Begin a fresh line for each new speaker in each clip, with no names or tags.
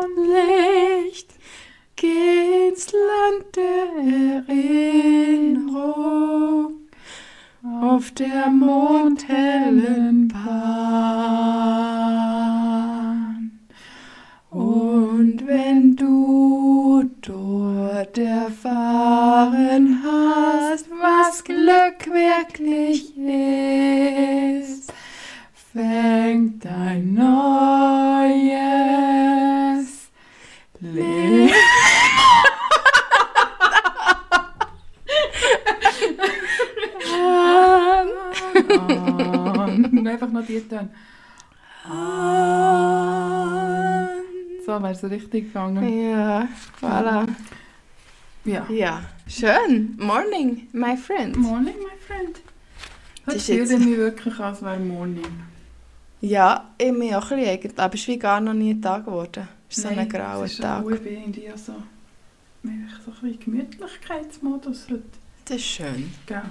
Mondlicht geht's Land der Erinnerung auf der mondhellen Bahn. Und wenn du dort erfahren hast, was Glück wirklich ist, fängt ein neues Leben. an.
Und einfach noch die dann.
An.
So wäre es richtig gegangen.
Ja, voilà.
Ja.
Ja, schön. Morning, my friend.
Morning, my friend.
Das
Heute
ist jetzt-
fühle ich mich wirklich, als wäre Morning.
Ja, ich mich auch ein bisschen eigentlich, aber es ist wie gar noch nie ein Tag geworden. Es ist so ein grauer Tag.
Ich bin irgendwie auch so, einfach so ein bisschen Gemütlichkeitsmodus heute.
Das ist schön.
Gell?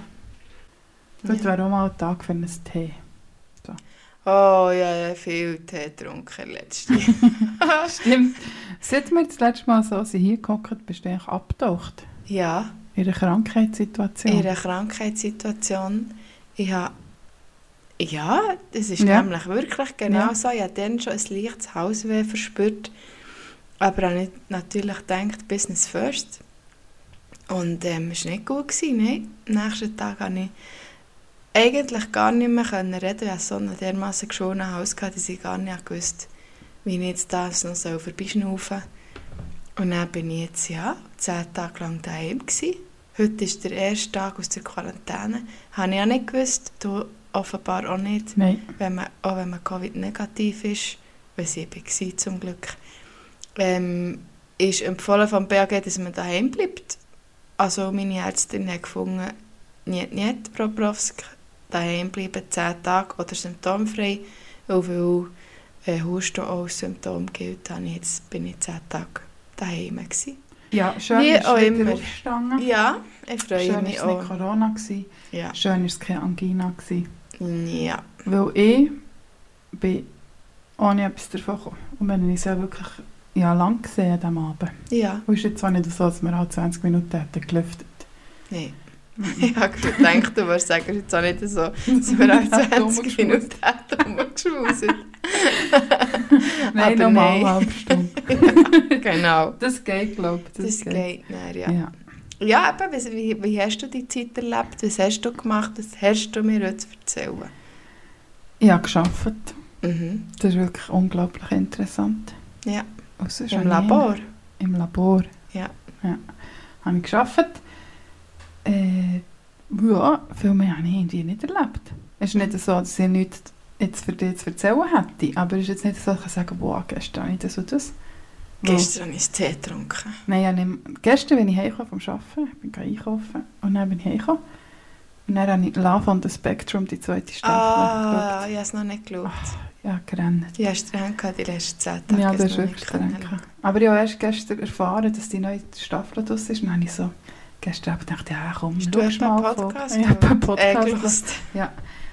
Heute
Ja.
wäre auch mal ein Tag für einen Tee.
Oh ja, ja, viel Tee getrunken letztens.
Stimmt. Seit wir das letzte Mal so sind hier gehockt, bist du eigentlich abgetaucht.
ja,
In der Krankheitssituation.
in einer Krankheitssituation. Ich habe... Ja, das ist
Ja.
nämlich wirklich genau
Ja.
so. Ich habe dann schon ein leichtes Halsweh verspürt. Aber habe nicht- natürlich gedacht, Business first. Und ähm, es war nicht gut. Gewesen, nein. Am nächsten Tag konnte ich eigentlich gar nicht mehr können reden. Ich hatte so einen dermassen geschorenen Hals, gehabt, dass ich gar nicht wusste, wie ich jetzt das noch so vorbeischnaufen soll. Und dann bin ich jetzt, ja, zehn Tage lang daheim. Gewesen. Heute ist der erste Tag aus der Quarantäne. Habe ich auch nicht gewusst, du offenbar auch nicht
Nein.
wenn man, auch wenn man Covid-negativ ist, was ich war zum Glück, ähm, ist empfohlen vom BAG, dass man daheim bleibt. Also meine Ärztin hat gefunden, nicht, nicht, Bobrovsk, daheim bleiben, 10 Tage oder symptomfrei. Und weil äh, Husten auch als Symptom gilt, habe ich jetzt, bin ich 10 Tage daheim. Gewesen.
Ja, schön
Wie
ist
auch
wieder
immer.
aufgestanden.
Ja, ich freue
Ah. Schön war
mich
es nicht
auch.
Corona, gewesen.
Ja.
schön war es keine Angina. Gewesen.
ja,
Weil ich bin ohne etwas davon gekommen. Und wir haben uns ja wirklich ja, lang gesehen an diesem Abend.
ja,
Und es ist jetzt auch nicht so, dass wir halt 20 Minuten hätten gelüftet.
nein. Ich habe gedacht, du würdest sagen, es ist jetzt auch nicht so Sind wir auch 20 Minuten rumgeschmauset.
Nein,
Aber
nochmal
nein.
eine halbe Stunde.
genau.
Das geht, glaube ich.
Das, geht nicht, ja.
Ja.
Ja, eben, was- wie, wie hast du die Zeit erlebt? Was hast du gemacht? Was hast du mir heute zu erzählen?
Ich habe gearbeitet.
Mhm.
Das ist wirklich unglaublich interessant. Also,
Ja.
Und sonst
Im
habe ich-
Labor?
Im Labor.
Ja.
ja. Habe ich gearbeitet. Äh, ja, viel mehr habe ich irgendwie nicht erlebt. Es ist nicht so, dass ich nichts jetzt für dich zu erzählen hätte, aber es ist jetzt nicht so, dass ich sagen kann, wow, gestern habe ich das und das. Weil-
Gestern habe ich Tee getrunken.
Nein, ja, nicht, gestern bin ich heimgekommen vom Arbeiten, ich bin gegangen einkaufen und dann bin ich heimgekommen. Und dann habe ich «Love on the Spectrum», die zweite Staffel,
Ah,
geschaut.
ich habe es noch nicht geschaut.
Ja, gerannt.
Ich habe streng gehabt, die letzten 10 Tage.
Ja, das
Ich habe
ist
es noch
wirklich
nicht können.
streng. Aber ich habe erst gestern erfahren, dass die neue Staffel draus ist. Und dann habe ich so gestern Abend gedacht, ja komm,
Hast du
schau
etwa einen
mal.
Podcast?
Podcast ich habe einen
Äh,
Podcast.
gelost.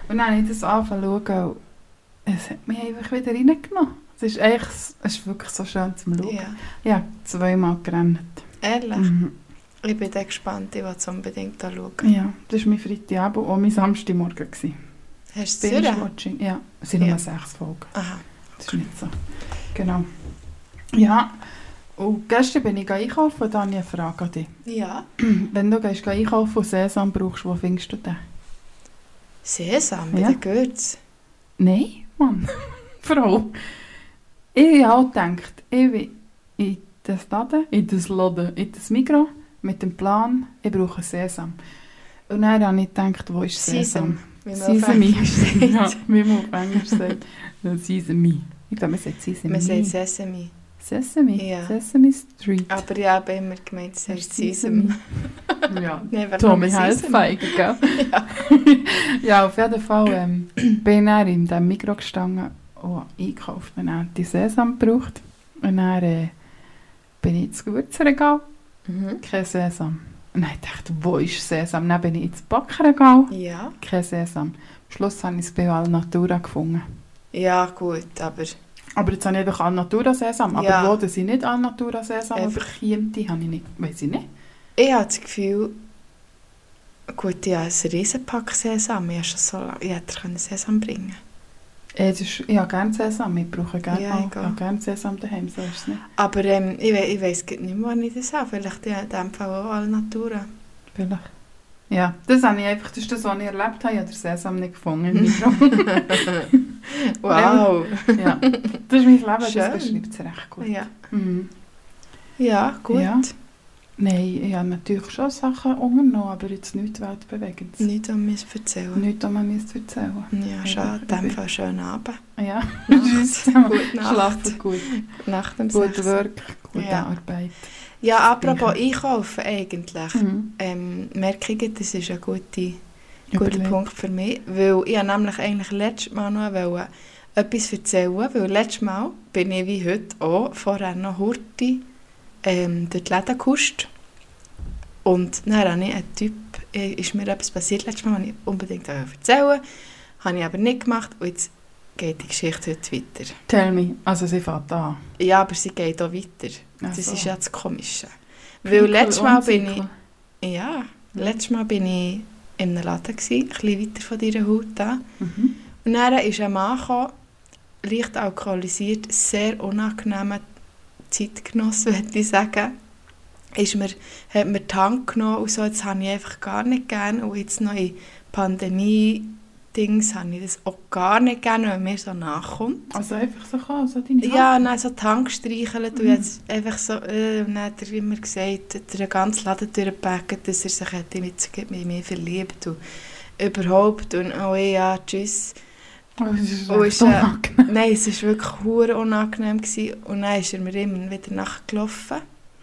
und dann habe ich das angefangen zu schauen. und Es hat mich einfach wieder reingenommen. Es ist, echt, es ist wirklich so schön zum Schauen.
Ja.
Ja, zweimal gerannt.
Ehrlich?
Mhm.
Ich bin dann gespannt, ich will es unbedingt auch schauen.
Ja, das war mein Freitagabend und mein Samstagmorgen. gewesen.
Hast du es Zürich?
Binge-Watching. Ja, es sind
Ja.
nur sechs Folgen.
Aha.
Das ist nicht so. Genau. Ja, und gestern bin ich einkaufen und dann habe ich eine Frage an dich.
Ja.
Wenn du gehst, geh einkaufen und Sesam brauchst, wo findest du den?
Sesam, bei
Ja.
den Gürz.
Nein, Mann. Frau. Ich habe auch gedacht, ich bin in das Laden, in das Laden, in das Migros mit dem Plan, ich brauche Sesam. Und dann habe ich gedacht, wo ist Sesam?
Sesam. Wie man auf
Sesame.
Englisch sagt.
ja, wie man auf Englisch sagt. Sesame. Ich glaube, man sagt Sesame.
Man sagt Sesame.
Sesame.
Ja.
Sesame Street.
Aber ich habe immer gemeint, es heißt Sesam.
ja,
Nein, wer
Tommy
nennt es Sesam?
Halsfeigen, gell? ja. auf jeden Fall ähm, bin ich in diesem Mikro gestanden und einkauft und dann die Sesam gebraucht. Und dann äh, bin ich ins Gewürzregal,
Mhm.
kein Sesam. Und dann dachte ich, wo ist Sesam? Dann bin ich ins Backregal,
Ja.
kein Sesam. Am Schluss habe ich es bei Alnatura gefunden.
Ja, gut, aber
Aber jetzt habe ich einfach Alnatura Sesam. Aber
Ja.
wo dass ich nicht Alnatura Sesam
Einfach-
bekäme, habe ich nicht. Weiß ich nicht.
Ich habe das Gefühl, gut, ich habe ein Riesenpack Sesam. Ich, habe schon so lange, ich hätte können Sesam bringen
Äh, es ist, ich habe gerne Sesam. Ich brauche gerne,
Ja,
auch,
ich
ich habe gerne Sesam daheim. So ist es nicht.
Aber ähm, ich, we ich weiss grad nicht mehr, wann ich das habe. Vielleicht ja, in dem Fall auch Alnatura.
Vielleicht. Ja, das habe ich einfach, das ist das, was ich erlebt habe. Ich habe den Sesam nicht gefunden. Darum-
Wow!
ja. Das ist mein Leben,
Schön.
das beschreibt es recht gut.
Ja,
Mhm.
ja gut.
Ja. Nein, ich habe natürlich schon Sachen unternommen, aber jetzt nichts weltbewegendes.
Nichts an mir zu erzählen.
Nichts, was man müsste erzählen
Ja, schade. In dem Fall schönen Abend.
Ja.
Nacht. Gute Nacht.
Schlafen gut.
Nacht am
Gut
6.
Work, gute
Ja.
Arbeit.
Ja, apropos Einkaufen eigentlich.
Mhm.
Ähm, merke ich, gerade, das ist ein guter, guter
Überlegt.
Punkt für mich. Weil ich habe nämlich eigentlich letztes Mal noch wollte etwas erzählen Weil letztes Mal bin ich wie heute auch vorher noch Horti ähm, durch die Läden gehuscht. Und dann habe ich einen Typ, äh, ist mir etwas passiert letztes Mal, was ich unbedingt erzählen wollte. Habe ich aber nicht gemacht. Und jetzt geht die Geschichte heute weiter.
Tell me. Also sie fängt an.
Ja, aber sie geht auch weiter. Das
Also.
ist ja das Komische. Weil letztes Mal bin ich... Ja, letztes Mal war ich in einem Laden, gewesen, ein bisschen weiter von deiner Haut an.
Mhm.
Und dann ist ein Mann gekommen, leicht alkoholisiert, sehr unangenehmer Zeitgenosse, würde ich sagen. Ist mir, hat mir die Hand genommen und so, das habe ich einfach gar nicht gerne. Und jetzt noch in Pandemie-Dings habe ich das auch gar nicht gerne, wenn mir so nachkommt.
Also einfach so kann, so deine
Ja,
Hand.
nein, so die Hand gestreichelt und
Mhm.
jetzt einfach so, äh, und dann hat er immer gesagt, hat er den ganzen Laden durchgepackt, dass er sich hätte mit, mit mir verliebt und überhaupt und oh ja, tschüss.
Oh, das ist
Oh,
oh,
ist, äh,
unangenehm.
nein, es war wirklich hure unangenehm gewesen. und dann ist er mir immer wieder nachgelaufen,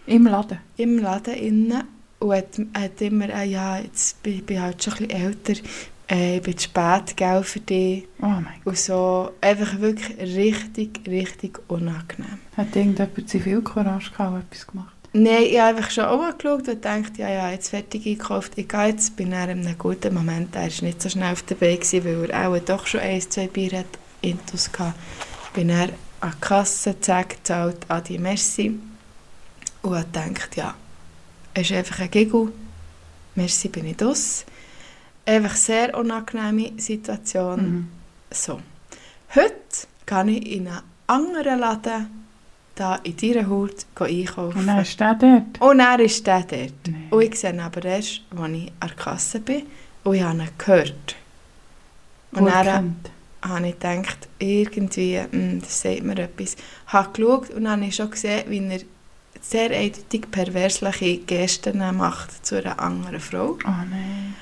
Im Laden.
im Laden innen und hat, hat immer, ah ja, jetzt bin ich bin halt schon ein bisschen älter, äh, ich bin zu spät, gell, für dich
Oh mein
und so, einfach wirklich richtig, richtig unangenehm.
Gott. Hat irgendjemand zu viel Courage gehabt und etwas gemacht?
Nein, ich habe einfach schon auch angeschaut und gedacht, ja, ja, jetzt fertig gekauft, ich gehe jetzt. Bin er in einem guten Moment, er war nicht so schnell auf dabei, gewesen, weil er auch doch schon ein, zwei Bier hat intus gehabt. Bin er an die Kasse gezeigt, zahlt, adi, merci. Und habe gedacht, ja, es ist einfach ein Giggle, merci, bin ich aus. Einfach sehr unangenehme Situation.
Mhm.
So. Heute gehe ich in einen anderen Laden, da in deiner Haut, einkaufen.
Und dann ist der dort.
Und er ist der dort.
Nein.
Und ich sehe ihn aber erst, als ich an der Kasse bin und ich habe ihn gehört. Und
Gut
dann
kennt.
habe ich gedacht, irgendwie, hm, das sagt mir etwas. Ich habe geschaut und dann habe ich schon gesehen, wie er sehr eindeutig perversliche Gesten macht zu einer anderen Frau.
Oh nein.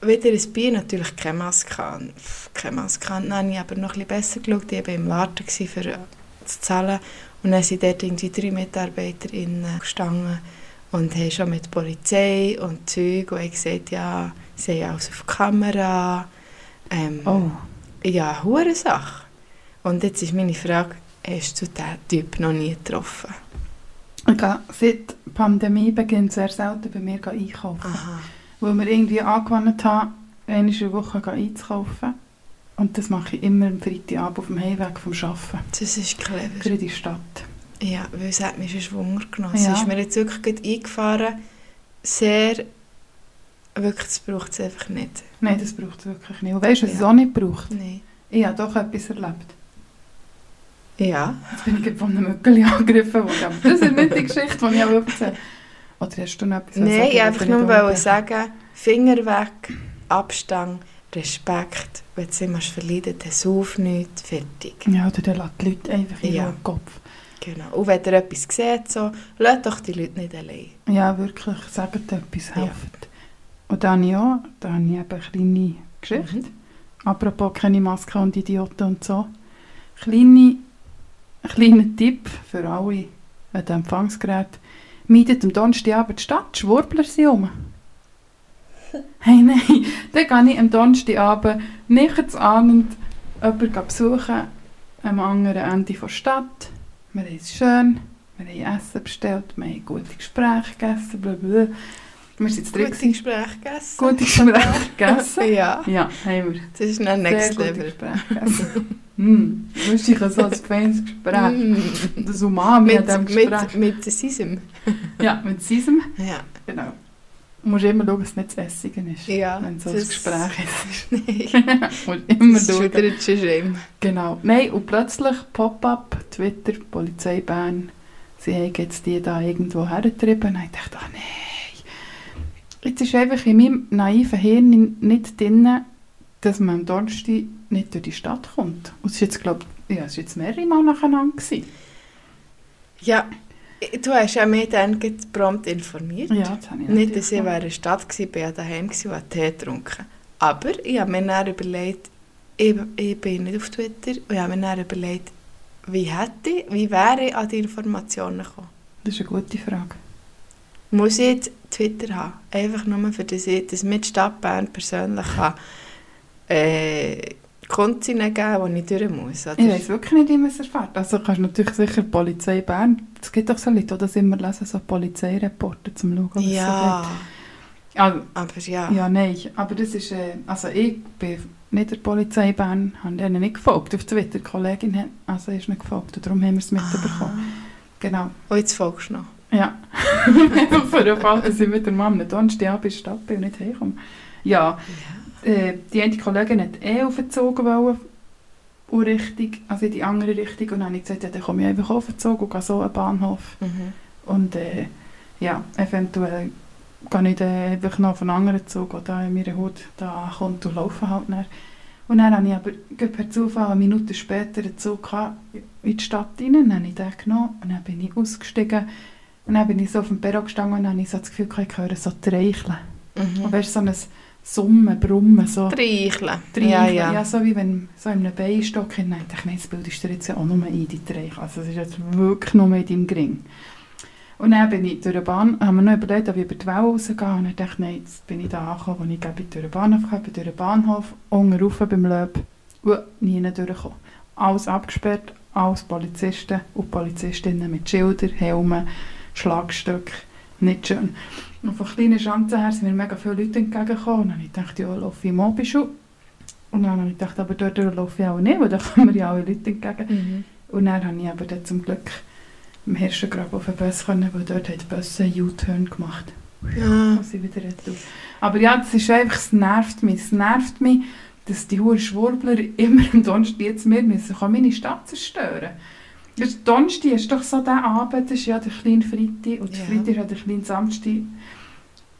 Wieder ein Bier, natürlich keine Maske an. Pff, Keine Maske an. Dann habe ich aber noch ein bisschen besser geschaut. Ich war im Warten, gewesen, für äh, zu zahlen. Und dann sind dort irgendwie drei MitarbeiterInnen gestanden und haben schon mit Polizei und Zeug und haben gesagt, ja, sie haben alles auf Kamera. Ähm,
Oh.
Ja, hure Sache. Und jetzt ist meine Frage, hast du diesen Typ noch nie getroffen?
Ich gehe seit Pandemiebeginn sehr selten bei mir einkaufen.
Aha.
Weil wir irgendwie angewandt haben, einmal in der Woche gehen einzukaufen. Und das mache ich immer am Freitagabend auf dem Heimweg vom Arbeiten.
Das ist clever.
Gerade in die Stadt.
Ja, weil es hat mich schon Schwunger genommen. Es
Ja.
ist mir jetzt wirklich gerade eingefahren. Sehr, wirklich, das braucht es einfach nicht.
Nein, das braucht es wirklich nicht. Und weißt du, was es
Ja.
auch nicht braucht?
Nein.
Ich habe doch etwas erlebt.
Ja.
Jetzt bin ich gerade von einem Möckeli angegriffen worden. Aber das ist nicht die Geschichte, die ich auch erzähle. Oder hast du noch etwas
Nein, ich einfach nur wollte
wollte
sagen, Finger weg, Abstand, Respekt. Wenn du es immer verleiden dann sauf nicht, fertig.
Ja, oder dann lässt die Leute einfach in
Ja.
ihren Kopf.
Genau. Und wenn ihr etwas seht, so, lasst doch die Leute nicht allein.
Ja, wirklich, sagt etwas,
Ja.
helft. Und dann ja, dann habe ich eben eine kleine Geschichte.
Mhm.
Apropos keine Maske und Idioten und so. Kleine, kleiner Tipp für alle an den Empfangsgerät. Meidet am Donnerstagabend die Stadt, Schwurbler sind um. Hey, nein, dann gehe ich am Donnerstagabend nichts ahnend jemanden besuchen am anderen Ende der Stadt. Wir haben es schön, wir haben Essen bestellt, wir haben gute Gespräche gegessen, blablabla. Wir sind jetzt drin.
Gute
gewesen.
Gespräche gegessen.
Gute Gespräche gegessen.
Ja,
Ja, haben wir.
das ist ein Next
Sehr gute
Level.
Gespräche gegessen. Hm, lustig, so ein feines Gespräch.
Mm.
Das Umami an
Mit,
diesem Gespräch.
mit, mit Sisem.
Ja, mit Sisem.
Ja.
Genau. Du musst immer schauen, dass es nicht zu essigen ist.
ja.
Wenn so ein
das-
Gespräch ist.
Nein.
musst immer
Das ist wieder
schauen.
ein Shame.
Genau. Nein, und plötzlich Pop-up, Twitter, Polizei Bern. Sie haben jetzt die da irgendwo hergetrieben. Und ich dachte, ah nein. Jetzt ist einfach in meinem naiven Hirn nicht drin, dass man am Donnerstag nicht durch die Stadt kommt. Und es ist jetzt, glaube ich, ja, es ist jetzt mehrere Mal nacheinander gewesen.
Ja, du hast ja mich dann gleich prompt informiert.
Ja, das habe ich
Nicht,
natürlich
dass ich in
gemacht.
der Stadt war, bin ja daheim gewesen und habe Tee getrunken. Aber ich habe mir dann überlegt, ich, ich bin nicht auf Twitter, und ich habe mir dann überlegt, wie hätte ich, wie wäre ich an die Informationen gekommen?
Das ist eine gute Frage.
Muss ich jetzt Twitter haben? Einfach nur, für das ich das mit Stadt Bern persönlich kann, äh, Konzine geben, die ich durch muss. Oder?
Ich weiß wirklich nicht, wie man es erfährt. Also kannst du natürlich sicher Polizei Bern. Es gibt doch so Leute, die das immer lesen, so Polizeireporter, zum schauen, was
ja,
es so geht. Also,
aber ja.
ja, nein. Aber das ist... Äh, also ich bin nicht der Polizei Bern, habe denen nicht gefolgt auf Twitter. Die Kollegin hat, also ist nicht gefolgt und darum haben wir es
Ah.
mitbekommen. Genau.
Und jetzt folgst du noch.
Ja. Einfach für den Fall, dass ich mit der Mama nicht anstehe, ich Stadt bin und nicht heimkomme. Ja. Äh, die eine Kollegin hat eh aufgezogen wollen, und richtig, also in die andere Richtung. Und dann habe ich gesagt, ja, dann komme ich einfach aufgezogen und gehe so an den Bahnhof.
Mhm.
Und äh, ja, eventuell gehe ich dann einfach noch auf einen anderen Zug, der da in meiner Haut da ankommt und laufe halt dann. Und dann habe ich aber gerade per Zufall eine Minute später einen Zug gehabt, in die Stadt rein. Dann habe ich den genommen und dann bin ich ausgestiegen. Und dann bin ich so auf dem Perron gestanden und dann habe ich so das Gefühl, gehabt, ich höre so Treicheln. Und
Mhm.
weißt du, so ein Summen, Brummen, so...
Treicheln.
Dreieck,
Ja,
ja,
ja.
so wie wenn so in einem Beinstock hinein. Ich dachte, nein, das bildest du dir jetzt ja auch nur ein, die Dreieck. Also es ist jetzt wirklich nur in deinem Gring. Und dann bin ich durch die Bahn, haben wir noch überlegt, ob ich über die Welle rausgehe. Und ich dachte, nein, jetzt bin ich da angekommen, wo ich glaube, ich durch den Bahnhof gehe, bin durch den Bahnhof, unten rauf beim Löb, uh, nie durchgekommen. Alles abgesperrt, alles Polizisten und Polizistinnen mit Schildern, Helmen, Schlagstöcken. Nicht schön. Und von kleinen Schanzen her sind mir mega viele Leute entgegengekommen. Und dann habe ich gedacht, ja, laufe ich im Mobischu. Und dann habe ich gedacht, aber dort durch laufe ich auch nicht, weil da kommen mir ja alle Leute entgegen.
Mhm.
Und dann habe ich aber dann zum Glück im Hirschengrab auf den Bus können, weil dort hat die Bus einen U-Turn gemacht.
Ja.
Muss ich wieder retour. Aber ja, das ist einfach, es nervt mich. Es nervt mich, dass die hohen Schwurbler immer am Donnerstag jetzt mir müssen, kann meine Stadt zerstören. Das Donnerstag ist doch so der Abend, das ist ja der kleine Freitag und der
Ja.
Freitag ist ja der kleine Samstag.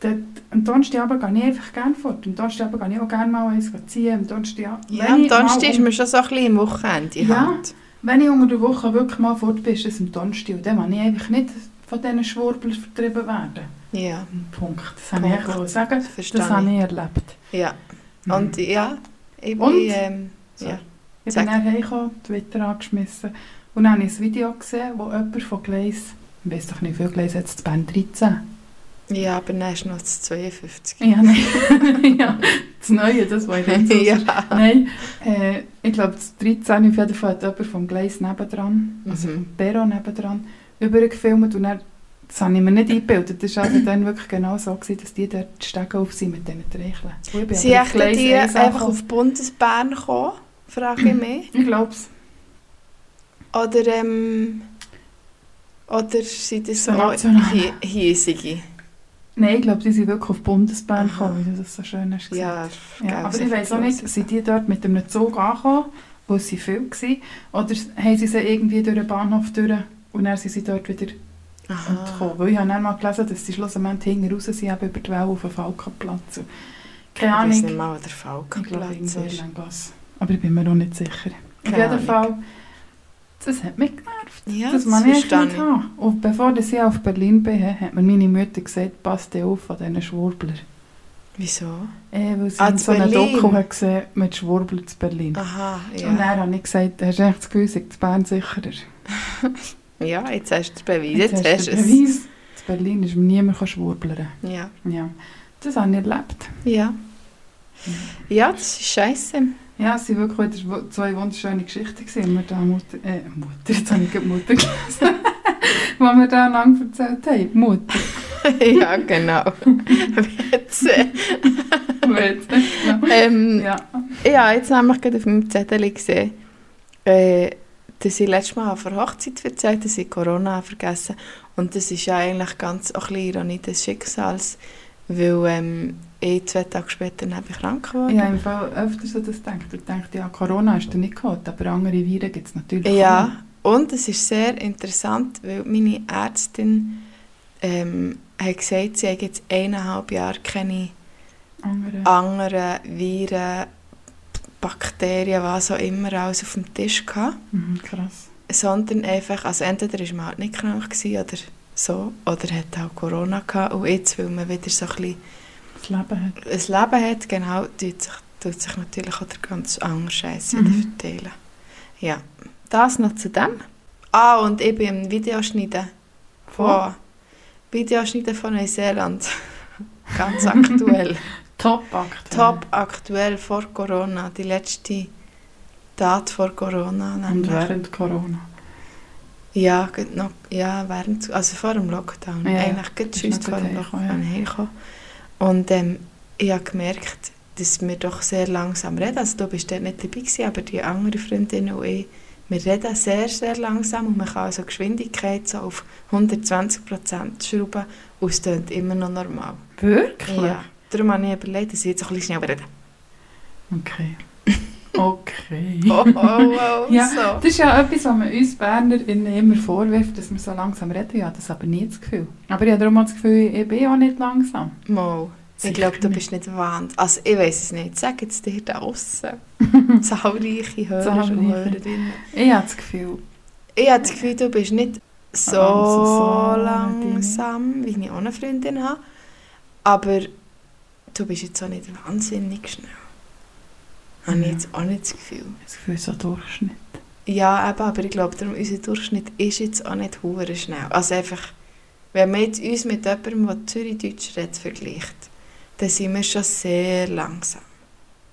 Dort, am Donnerstagabend gehe ich einfach gerne fort. Am Donnerstagabend gehe ich auch gerne mal eins ziehen. Am Donnerstagabend...
Ja,
wenn
am
ich mal
Donnerstag ist
um-
man schon so ein bisschen im Wochenende in
Ja.
Hand.
wenn ich unter der Woche wirklich mal fort bin, ist es am Donnerstag. Und dann kann ich einfach nicht von diesen Schwurblern vertrieben werden.
Ja,
Punkt. Das habe
Punkt.
ich auch sagen.
das verstehe
Das habe
ich.
ich erlebt.
Ja. Und ja, ich
Und?
bin... Ähm,
So.
ja.
Ich
Sag.
bin dann heimgekommen, Twitter angeschmissen und dann habe ich ein Video gesehen, wo jemand von Gleis, ich weiß doch nicht, wie viel Gleis hat es, die Band 13?
ja, aber dann ist noch das 52.
Ja, nein. ja, das Neue, das war ich nicht so
ja.
Nein, äh, ich glaube, das 13 auf jeden Fall hat jemand vom Gleis nebendran, also
Mhm.
vom Perron nebendran, übergefilmt und dann, das habe ich mir nicht eingebildet. Das war also dann wirklich genau so, gewesen, dass die dort die Stege auf sind mit diesen Treicheln. Und ich bin
Sind
aber auf
echt
Gleis
die eh,
1
einfach
angekommen.
auf Bundesbern gekommen? Frage ich mich.
Ich glaube es.
Oder, ähm... Oder sind das
So
auch
national.
Hie- hiesige?
Nein, ich glaube, die sind wirklich auf Bundesbahn
Aha.
gekommen, wie du das so schön hast gesagt. Ja,
Ja, gell,
aber
so
ich weiß auch
viel
nicht,
los.
sind die dort mit einem Zug angekommen, wo sie viel waren, oder haben sie sie irgendwie durch den Bahnhof durch und dann sind sie dort wieder
Aha.
entkommen. Weil ich habe dann mal gelesen, dass sie schlussendlich hinten raus sind, eben über die Welle auf den Falkenplatz. Und Keine
Ich weiß
Ahnung.
nicht mal, wo der
Ich glaube,
Falkenplatz
irgendwo in
ist.
Langgasse. Aber ich bin mir noch nicht sicher. Auf
Keine
jeden
Ahnung.
Fall, das hat mich genervt.
Ja,
das
das,
man ich
verstehe
nicht
ich.
haben. Und bevor dass ich auf Berlin bin, hat mir meine Mutter gesagt, passt dir auf an diesen Schwurbler.
Wieso?
Äh, weil sie
Ah,
in
zu
so einem
Berlin.
Doku hat gesehen mit Schwurbler zu Berlin.
Aha,
Und
ja.
dann habe ich gesagt, hast du echt das Gefühl, sei zu Bern sicherer?
Ja, jetzt hast du den Beweis. Jetzt, hast du
den
es.
Beweis. Zu Berlin ist mir niemand kann schwurbeln.
Ja.
Ja. Das habe ich erlebt.
ja. Ja, das ist scheiße.
Ja, es waren wirklich wieder zwei wunderschöne Geschichten, die wir da Mutter, äh, Mutter, jetzt habe ich gerade Mutter gelesen, die wir da lang erzählt haben. Mutter.
ja, genau. Witz.
Gut.
ähm,
ja.
Ich habe jetzt nämlich gerade auf meinem Zettel gesehen, äh, dass ich letztes Mal von Hochzeit erzählt habe, dass ich Corona habe vergessen Und das ist ja eigentlich ganz auch ein bisschen Ironie des Schicksals, weil ähm, ich zwei Tage später dann ich krank
Ich habe
geworden.
im Fall öfter so das gedacht. Ich dachte, ja, Corona hast du nicht gehabt, aber andere Viren gibt es natürlich
Ja.
auch.
Und es ist sehr interessant, weil meine Ärztin ähm, hat gesagt, sie hat jetzt eineinhalb Jahre keine
Andere.
anderen Viren, Bakterien, was auch immer, alles auf dem Tisch gehabt.
Mhm, krass.
sondern einfach, also entweder war man halt nicht krank gewesen oder so, oder hat auch Corona gehabt und jetzt, weil man wieder so ein
Das Leben hat.
bisschen ein Leben hat, genau, tut sich, tut sich natürlich auch der ganz andere Scheiß wieder
Mhm.
verteilen. Ja, das noch zu dem. Ah, und ich bin im Videoschneiden.
Voll.
Wow. Videoschneiden von Neuseeland. ganz aktuell.
Top Akt.
Top aktuell vor Corona, die letzte Tat vor Corona.
Und
nämlich.
während Corona.
Ja, gut noch, ja während, also vor dem Lockdown.
Ah Ja, ja.
Eigentlich gerade
Ist
just
noch
vor
gut
dem
heimgekommen,
Lockdown heimgekommen. Und ähm, ich habe gemerkt, dass wir doch sehr langsam reden. Also du bist dort nicht dabei gewesen, aber die andere Freundin und ich, wir reden sehr, sehr langsam und man kann also die Geschwindigkeit so auf 120 Prozent schrauben und es klingt immer noch normal.
Wirklich?
Ja. Darum habe ich überlegt, dass ich jetzt ein bisschen schneller rede.
Okay. Okay.
Oh, oh, oh,
Ja.
so.
Das ist ja etwas, was man uns BernerInnen immer vorwirft, dass wir so langsam reden. Ja, das habe ich nie das Gefühl. Aber ich habe darum auch das Gefühl, ich bin auch nicht langsam.
Mal. Ich
Sicher
glaube, du
nicht.
bist nicht wahnsinnig. Also, ich weiß es nicht. Sag jetzt dir da aussen. Zahlreiche Hörer und
Zahlreiche.
Hörerinnen.
Ich habe das Gefühl,
Ich habe das Gefühl, du bist nicht so
Also so
langsam, wie ich auch eine Freundin habe. Aber du bist jetzt auch nicht wahnsinnig schnell. Habe ich
Ja.
jetzt auch nicht das Gefühl.
das Gefühl so Durchschnitt.
Ja, eben, aber ich glaube, darum, unser Durchschnitt ist jetzt auch nicht hure schnell. Also einfach, wenn man jetzt uns mit jemandem, der Zürichdeutsch redet, vergleicht, dann sind wir schon sehr langsam.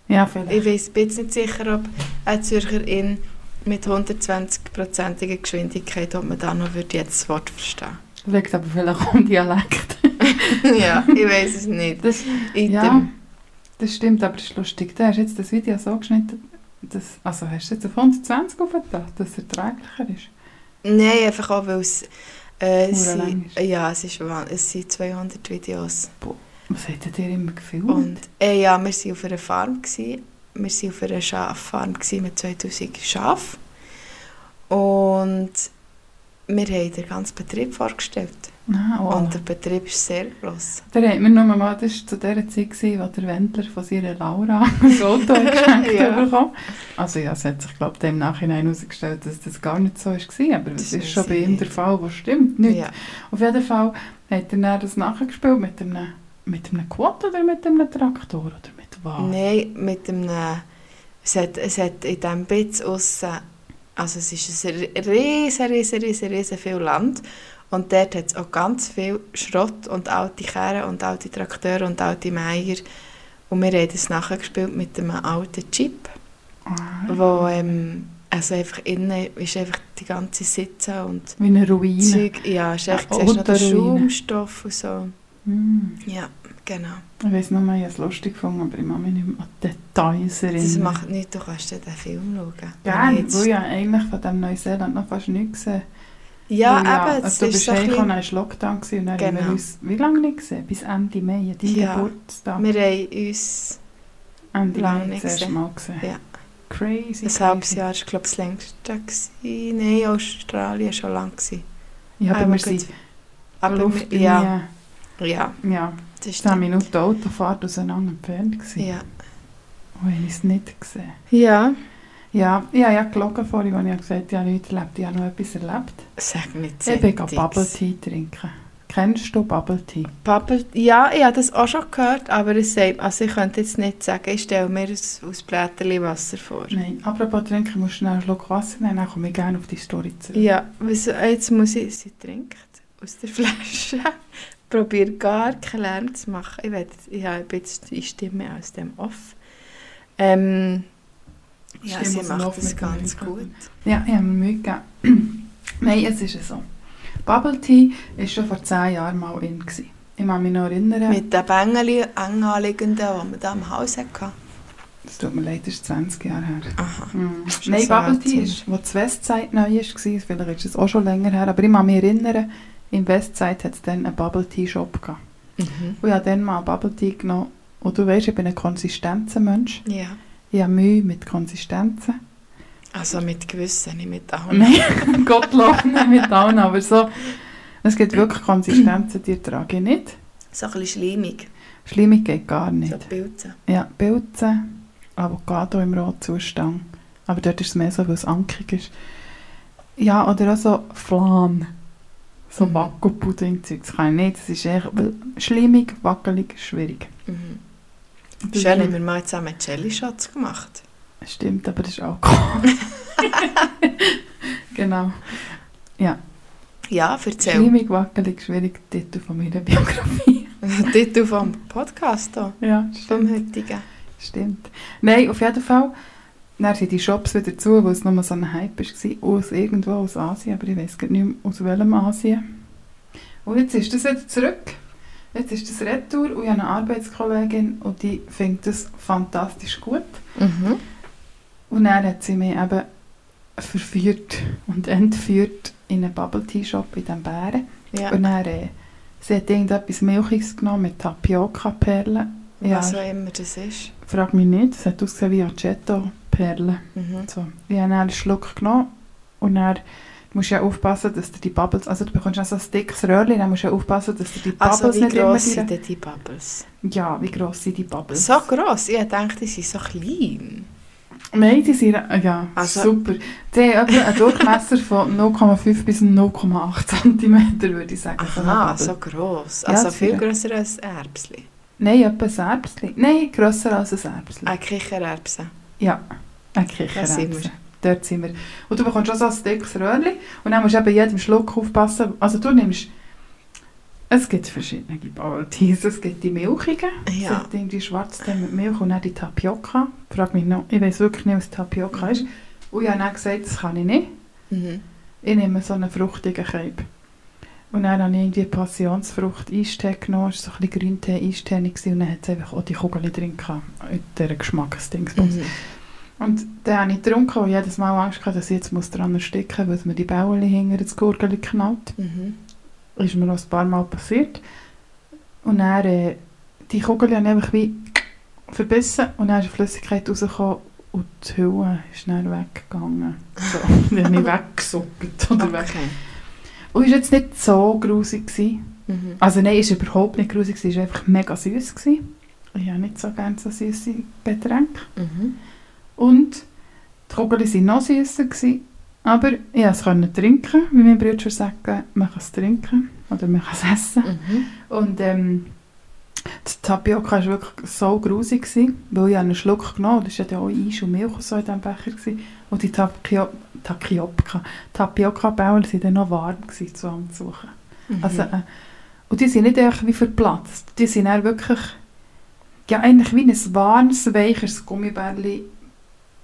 Ja, vielleicht.
Ich weiss, bin jetzt nicht sicher, ob eine Zürcherin mit 120-prozentiger Geschwindigkeit, ob man da noch würde jetzt das Wort verstehen
Liegt aber vielleicht auch am Dialekt.
Ja, ich weiß es nicht.
Das,
In
ja,
dem-
das stimmt, aber es ist lustig. Du hast jetzt das Video so geschnitten, dass, also hast du jetzt auf 120 aufgetan, dass es erträglicher ist.
Nein, einfach auch, weil es... Äh, es
Hure lang
sind, ja, es, ist, wah- es sind 200 Videos.
Was hättet ihr immer gefühlt?
Und äh, ja, wir waren auf einer Farm. Gewesen. Wir waren auf einer Schaffarm gewesen mit 2000 Schafen. Und wir haben den ganzen Betrieb vorgestellt.
Ah, wow.
Und der Betrieb ist sehr gross.
Der hat mir nur mal, das war zu der Zeit, gewesen, wo der Wendler von seiner Laura ein Auto geschenkt
Ja.
bekommen Also ja, es hat sich, glaube ich, im Nachhinein herausgestellt, dass das gar nicht so war, aber
Das
das ist
weiß
schon bei
ich
ihm
nicht.
der Fall, der stimmt nicht.
Ja.
Auf jeden Fall hat er dann das nachgespielt mit einem, mit einem Quad oder mit einem Traktor oder mit was?
Nein, mit einem. Es hat, es hat in diesem Bitz aussen. Also, es ist ein riesen, riesen, riesen, riesen viel Land. Und dort hat es auch ganz viel Schrott und alte Kerne und alte Trakteure und alte Meier. Und wir haben das nachher gespielt mit einem alten Jeep,
Ah,
wo ähm, also einfach innen ist einfach die ganze Sitze und
Wie eine Ruine.
Zeug. Ja, es ist echt,
Eine
siehst noch den
Autoruine.
Schaumstoff und so.
Hm.
Ja, genau.
Ich weiß noch mal, ich habe es lustig gefunden, aber ich kann mich nicht mehr an die Details erinnern.
Das macht nichts, du kannst dir den Film schauen. Wenn ich
Gerne,
jetzt-
weil ich habe eigentlich von diesem Neuseeland noch fast nichts gesehen
Ja,
Weil
eben, es
also du
ist
bist
so ein
heimgekommen,
bisschen,
dann war Lockdown gewesen und dann haben
Genau.
wir uns, wie lange nicht gesehen? Bis Ende Mai, an deinem
Ja.
Geburtstag.
wir haben uns
Ende
lang
Mai
nicht
das erste
gesehen.
Mal gesehen.
Ja.
Crazy,
ein
crazy.
halbes Jahr, ist, glaube ich, das längste gewesen. Nein, Australien war schon lang. Gewesen.
Ja, aber wir
gut.
sind
aber wir, ja,
ja.
ja,
ja,
das ist
10 Minuten Autofahrt auseinander entfernt gewesen.
Ja.
Und ich habe es nicht gesehen.
ja,
Ja, ich habe ja gelogen vorhin, als ich gesagt habe, ich habe nichts erlebt. Ich habe noch etwas erlebt.
sag nicht
Ich bin gegangen
Sendungs.
Bubble Tea trinken. Kennst du Bubble Tea?
Bubble, ja, ich habe das auch schon gehört, aber es sagt, also ich könnte jetzt nicht sagen, ich stelle mir aus, aus Blätterchen Wasser vor.
Nein, apropos trinken, musst du schnell einen Schluck Wasser nehmen, dann komme ich gerne auf die Story zurück.
Ja, was, jetzt muss ich, sie trinkt aus der Flasche. Probiere gar keinen Lärm zu machen. Ich, will, ich habe jetzt die Stimme aus dem Off. Ähm, ja,
Stimme
sie
aus dem Off
macht das
mit dem
ganz gut.
Mikrofon. Ja, ich habe mir Mühe gegeben. Nein, es ist so. Bubble Tea war schon vor 10 Jahren mal in. Gewesen. Ich kann mich noch erinnern.
Mit den Bengeli eng anliegenden, die wir da im Haus hatten.
Es tut mir leid, das ist 20 Jahre her.
Aha.
Mhm.
Schon
Nein,
so alt
Bubble Tea
sind
ist, wo das Westside neu war, vielleicht ist es auch schon länger her, aber ich kann mich erinnern, im Westside hat es dann einen Bubble Tea Shop gehabt.
Mhm.
Und ich habe dann mal einen Bubble Tea genommen. Und du weißt, ich bin ein Konsistenzenmensch.
Ja.
Ich habe Mühe mit Konsistenzen.
Also mit gewissen, nicht mit allen.
Nein, Gottlob nicht mit allen, aber so. Es gibt wirklich Konsistenzen, die trage ich nicht.
So ein bisschen schleimig.
Schlimmig geht gar
So
nicht.
Pilze.
Ja, Pilze, Avocado im Rohzustand. Aber dort ist es mehr so, weil es ankig ist. Ja, oder auch so Flan. So
Mhm.
Wackelpudding-Zeug. Das kann ich nicht. Das ist echt weil schlimmig, wackelig, schwierig.
Mhm. Schön haben wir mal zusammen Jelly-Shots gemacht.
Stimmt, aber das ist Alkohol. genau.
Ja, erzähl.
Schlimmig, wackelig, schwierig. Titel von meiner Biografie.
Titel vom Podcast hier,
Ja,
vom heutigen.
Stimmt. Nein, auf jeden Fall. Dann sind die Shops wieder zu, weil es nochmal so ein Hype war, aus irgendwo aus Asien, aber ich weiß nicht mehr aus welchem Asien. Und jetzt ist das wieder zurück. Jetzt ist das Retour und ich habe eine Arbeitskollegin und die findet das fantastisch gut.
Mhm.
Und dann hat sie mich eben verführt und entführt in einen Bubble-Tea-Shop in den Bären.
Ja.
Und dann, äh, sie hat irgendetwas Milchiges genommen mit Tapioca-Perlen. Ja.
Was auch immer das ist.
Frag mich nicht, es hat ausgesehen wie Aceto-Perlen.
Mhm.
So. Ich habe dann einen Schluck genommen und dann musst du ja aufpassen, dass du die Bubbles, also du bekommst auch so ein dickes Röhrchen, dann musst du ja aufpassen, dass du die Bubbles
Also wie
nicht
gross
immer...
sind
direkt-
denn die Bubbles?
Ja, wie gross sind die Bubbles?
So gross? Ich dachte, die sind so klein.
Nein, die sind... äh, Ja,
Also-
super. Die haben etwa einen Durchmesser von 0,5 bis 0,8 cm, würde ich sagen. von einer
Aha,
Bubble.
so gross.
Ja,
Also
das
viel
finde
grösser als ein Erbsli.
Nein, etwa ein Erbsli. Nein, grösser als ein Erbsli.
Ein Kichererbsen.
Ja, ein
Da sind wir.
Kichererbsen. Dort sind wir. Und du bekommst auch so ein dickes Röhrchen und dann musst du eben jedem Schluck aufpassen. Also du nimmst... Es gibt verschiedene Bubble Teas. Es gibt die milchigen, es
Ja.
gibt irgendwie schwarze Tee mit Milch und dann die Tapioca. Frag mich noch, ich weiß wirklich nicht, was Tapioca ist. Und ich habe dann gesagt, das kann ich nicht.
Mhm.
Ich nehme so einen fruchtigen Keib. Und dann habe ich irgendwie Passionsfrucht Eistee genommen, es war so ein bisschen Grüntee Eistee und dann hat es einfach auch die Kugeln drin gehabt, in dieser Geschmacksdingsbums.
Mhm.
Und dann habe ich getrunken und jedes Mal Angst gehabt, dass ich jetzt muss dran ersticken muss, weil mir die Bäuerchen hinter das Gurgel knallt.
Mhm.
Ist mir noch ein paar Mal passiert. Und dann, äh, die Kugeln habe ich einfach wie verbissen und dann ist die Flüssigkeit rausgekommen und die Hülle ist dann weggegangen. So, die habe ich weggesuppt oder weg.
Okay.
Und ist jetzt nicht so grusig gewesen.
Mhm.
Also nein, ist überhaupt nicht grusig gewesen, ist einfach mega süß gewesen. Ich habe nicht so gerne so süße Getränke.
Mhm.
Und die Kugeln waren noch süßer. gewesen. Aber ich konnte es können trinken, wie mein Bruder schon sagte, man kann es trinken oder man kann es essen.
Mhm.
Und ähm, die Tapioca war wirklich so grusig, gewesen, weil ich einen Schluck genommen habe. Es war ja auch Eis und Milch und so in diesem Becher. Gewesen. Und die Tapio Tapioca- Tapioca-Bauern waren dann noch warm gewesen, zu anzusuchen.
Mhm.
Also, äh, und die sind nicht einfach wie verplatzt. Die sind dann wirklich, ja, eigentlich wie ein warmes, weiches Gummibärli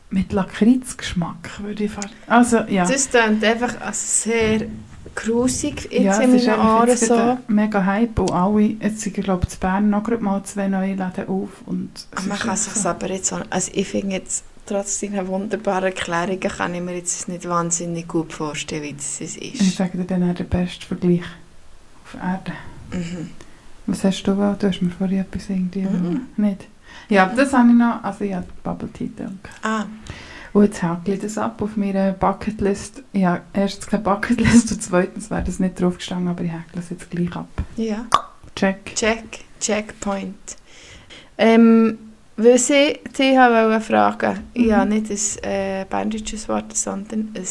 mit Lakritzgeschmack, würde ich sagen. Also, ja.
Das tönt einfach als sehr grusig jetzt
ja,
in
es ist
meinen
einfach
Ohren
jetzt
so.
gerade ein mega Hype und alle, jetzt sind, glaube ich, in Bern noch gerade mal zwei neue Läden auf und es
Ah, Man
ist
kann
echt
sich
so.
aber jetzt... Also ich finde jetzt, trotz deiner wunderbaren Erklärungen, kann ich mir jetzt nicht wahnsinnig gut vorstellen, wie das es
Ich
ist.
sage dir dann auch den besten Vergleich auf Erden.
Mhm.
Was hast du wohl? Du hast mir vorhin etwas irgendwie...
Mhm.
Nicht? Ja, aber das habe ich noch, also ich habe Bubble Tea getrunken.
Ah,
Und Oh, jetzt häkle ich das ab auf meiner Bucketlist. Ich habe erstens keine Bucketlist und zweitens wäre das nicht draufgestanden, aber ich häkle es jetzt gleich ab.
ja.
Check.
Check, Checkpoint. Ähm, was ich dich wollte fragen,
Mhm.
ich habe nicht ein äh, berndeutsches Wort, sondern ein,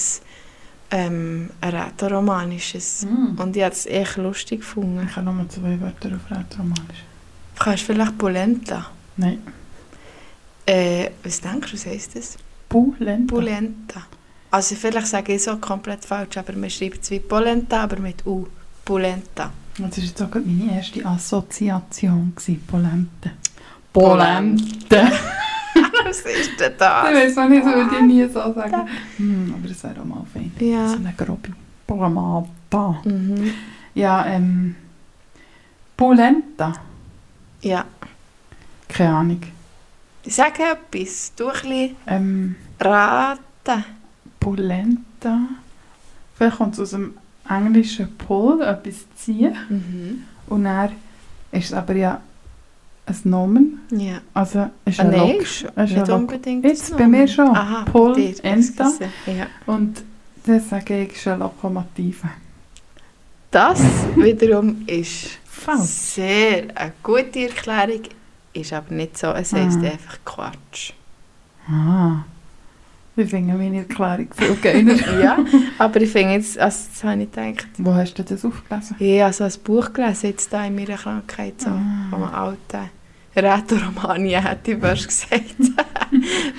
ähm, ein rätoromanisches.
Mm.
Und ich habe es echt lustig gefunden.
Ich habe nochmal zwei Wörter auf Rätoromanisch.
Kannst du vielleicht Polenta?
Nein.
Äh, was denkst du, was heisst das?
Polenta.
Polenta. Also vielleicht sage ich es auch komplett falsch, aber man schreibt es wie Polenta, aber mit U. Polenta.
Das war jetzt auch gerade meine erste Assoziation. Gewesen. Polente.
Polente.
Polente.
was ist denn das?
Ich weiß auch nicht, würde ich nie so sagen. Hm, aber das wäre auch mal fein. So
Ja.
eine grobe Polamata.
Mhm.
Ja, ähm, Polenta?
Ja.
Keine Ahnung.
Sag etwas. Du ein bisschen
Ähm,
raten.
Polenta. Vielleicht kommt es aus dem englischen Pull, etwas ziehen.
Mhm.
Und dann ist es aber ja ein Nomen.
Ja.
Also ist
Ah,
ein
nein,
Lok.
ist
Ist ein
nicht
Lok.
unbedingt.
Jetzt
das
bei mir
Nomen.
schon.
Aha, bei
Pull,
dir,
Enta.
excuse. Ja.
Und dann sage ich, ist eine Lokomotive.
Das wiederum ist
Falsch.
sehr eine gute Erklärung, ist aber nicht so. Es heisst
Ah.
einfach Quatsch.
Ah. Wir finden meine Erklärung viel geiler.
ja, aber ich finde jetzt, also das habe ich gedacht,
Wo hast du das aufgelesen?
ich habe so ein Buch gelesen, jetzt da in meiner Krankheit, so,
Ah.
von einem alten Rätoromanier, hätte ich fast gesagt,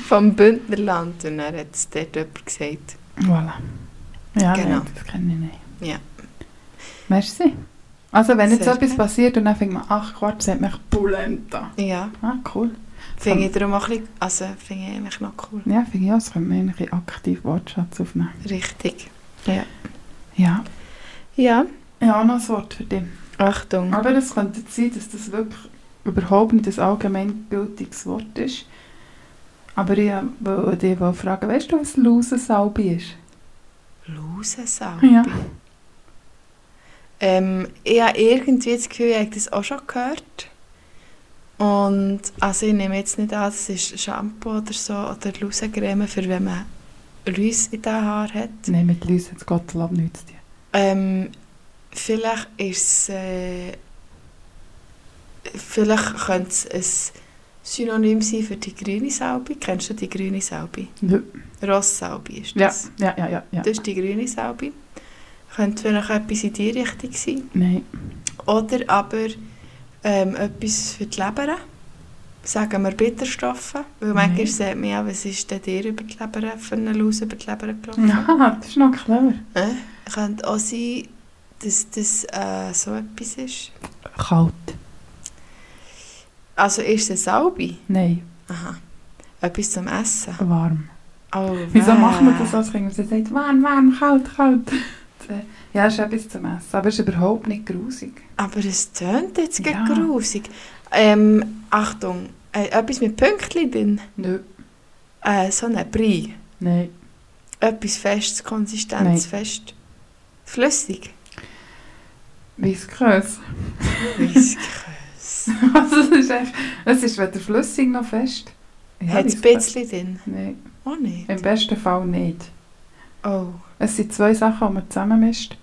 vom Bündnerland. Und dann hat es dort jemand gesagt.
Voilà. Ja,
Genau.
nein, das kenne ich nicht.
Ja.
Merci. Also, wenn jetzt
Sehr
etwas
gerne.
passiert und dann fängt man, ach Quatsch, sagt man Polenta.
Ja,
Ah, cool.
finde ich darum auch ein bisschen, also finde ich eigentlich noch cool.
Ja, finde ich auch, das könnte man eigentlich aktiv Wortschatz aufnehmen.
Richtig.
Ja.
Ja,
Ja, noch ein Wort für dich.
Achtung.
Aber es könnte sein, dass das wirklich überhaupt nicht ein allgemeingültiges Wort ist. Aber ich wollte dich wohl fragen, weißt du, was Lausensalbe ist?
Lausensalbe?
Ja.
Ähm, ich habe irgendwie das Gefühl, ich habe das auch schon gehört. Und also ich nehme jetzt nicht an, es ist Shampoo oder so oder Lausencreme, für wenn man Läuse in den Haaren hat.
Nein, mit Läusen hat es Gottlob nichts zu tun.
Ähm, vielleicht ist es... Äh, vielleicht könnte es ein Synonym sein für die grüne Salbe. Kennst du die grüne Salbe?
Nö.
Rosssalbe ist
Ja,
das.
ja, ja, ja. ja.
Das ist die grüne Salbe. Könnte vielleicht etwas in die Richtung sein.
Nein.
Oder aber ähm, etwas für die Leber. Sagen wir Bitterstoffe.
Mhm.
Weil manchmal
Nein.
sagt man ja, was ist denn dir über die Leber, für eine Laus über die Leber gelaufen?
Ja, das ist noch clever.
Äh, könnte auch sein, dass das äh, so etwas ist.
Kalt.
Also ist es eine Salbe?
Nein,
Aha. Etwas zum Essen?
warm.
Oh,
Wieso
weh.
macht man das als Kind? Sie sagt, warm, warm, kalt, kalt. Ja, es ist etwas zum Essen, aber es ist überhaupt nicht grusig.
Aber es tönt jetzt
Ja.
ja. grusig. Ähm, Achtung, äh, etwas mit Pünktchen drin.
Nö.
Äh, so ein Brei.
Nein.
Etwas Festes, Konsistenz
Nein.
fest. Flüssig.
Viskos.
Whiskas.
Also es ist echt, es ist weder flüssig noch fest. Ja,
Hat es ein
Viscose.
bisschen drin?
Nein,
Oh nicht.
im besten Fall nicht.
Oh.
Es sind zwei Sachen, die man zusammenmischt.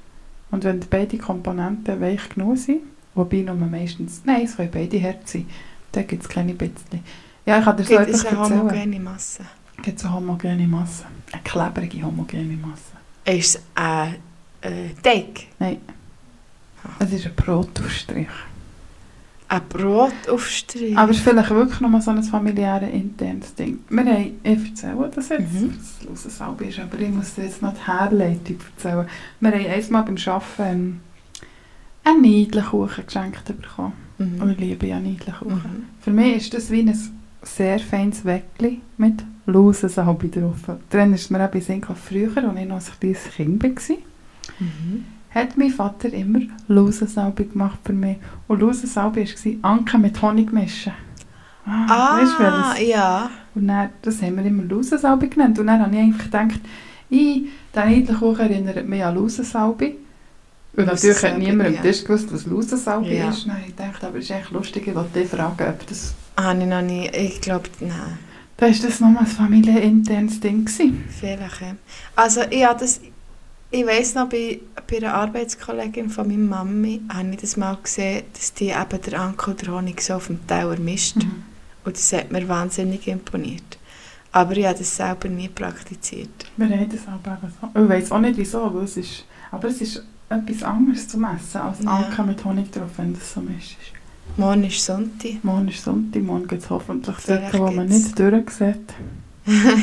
Und wenn beide Komponenten weich genug sind, wobei nur meistens, nein, es können beide hart sein, dann gibt es keine Bitzchen. Ja, ich kann dir so
Gibt es
etwas
eine
erzählen.
homogene Masse?
Gibt es eine homogene Masse? Eine klebrige homogene Masse.
Ist es ein äh, Teig?
Es ist ein Brotaufstrich.
Ein Brotaufstrich?
Aber es ist vielleicht wirklich nochmal so ein familiäres, internes Ding. Wir haben, ich erzähle das jetzt,
Mhm.
das Lausensalbe ist, aber ich muss dir jetzt noch die Herleitung erzählen. Wir haben einmal beim Arbeiten ähm, einen Niedelkuchen geschenkt bekommen.
Mhm.
Und ich liebe ja Niedelkuchen.
Mhm.
Für mich ist das wie ein sehr feines Weckli mit Lausensalbe drauf. Dann ist mir auch bei Sinn gekommen, früher, als ich noch ein kleines Kind war,
Mhm.
hat mein Vater immer Lausensalbe gemacht für mich. Und Lausensalbe war Anke mit Honig mischen.
Ah,
weisst du welches?
ja.
Und dann, das haben wir immer Lausensalbe genannt. Und dann habe ich eigentlich gedacht, «Ei, der Niedelkuchen erinnert mich an Lausensalbe. Und natürlich hat
Lausensalbe,
niemand
ja.
am Tisch gewusst, was Lausensalbe
Ja.
ist. Und dann habe ich gedacht, aber es ist echt lustig, ich wollte dich fragen, ob das...
Ah, Habe ich noch nie. Ich glaube, nein.
Da war das nochmal ein familieninternes Ding. Gewesen.
Vielleicht. ja. Also, ich habe das. Ich weiss noch, bei, bei einer Arbeitskollegin von meiner Mami habe ich das mal gesehen, dass die eben der Anke und der Honig so auf dem Teller mischt. Und das hat mir wahnsinnig imponiert. Aber ich habe das selber nie praktiziert.
Wir haben das aber eben so. Ich weiss auch nicht, wieso, aber es ist... Aber es ist etwas anderes zum Essen als
Ja.
Anke mit Honig drauf, wenn das so mischst.
Morgen ist Sonntag.
Morgen ist Sonntag, morgen geht es hoffentlich
Vielleicht
dort, wo man
geht's.
nicht durchsieht.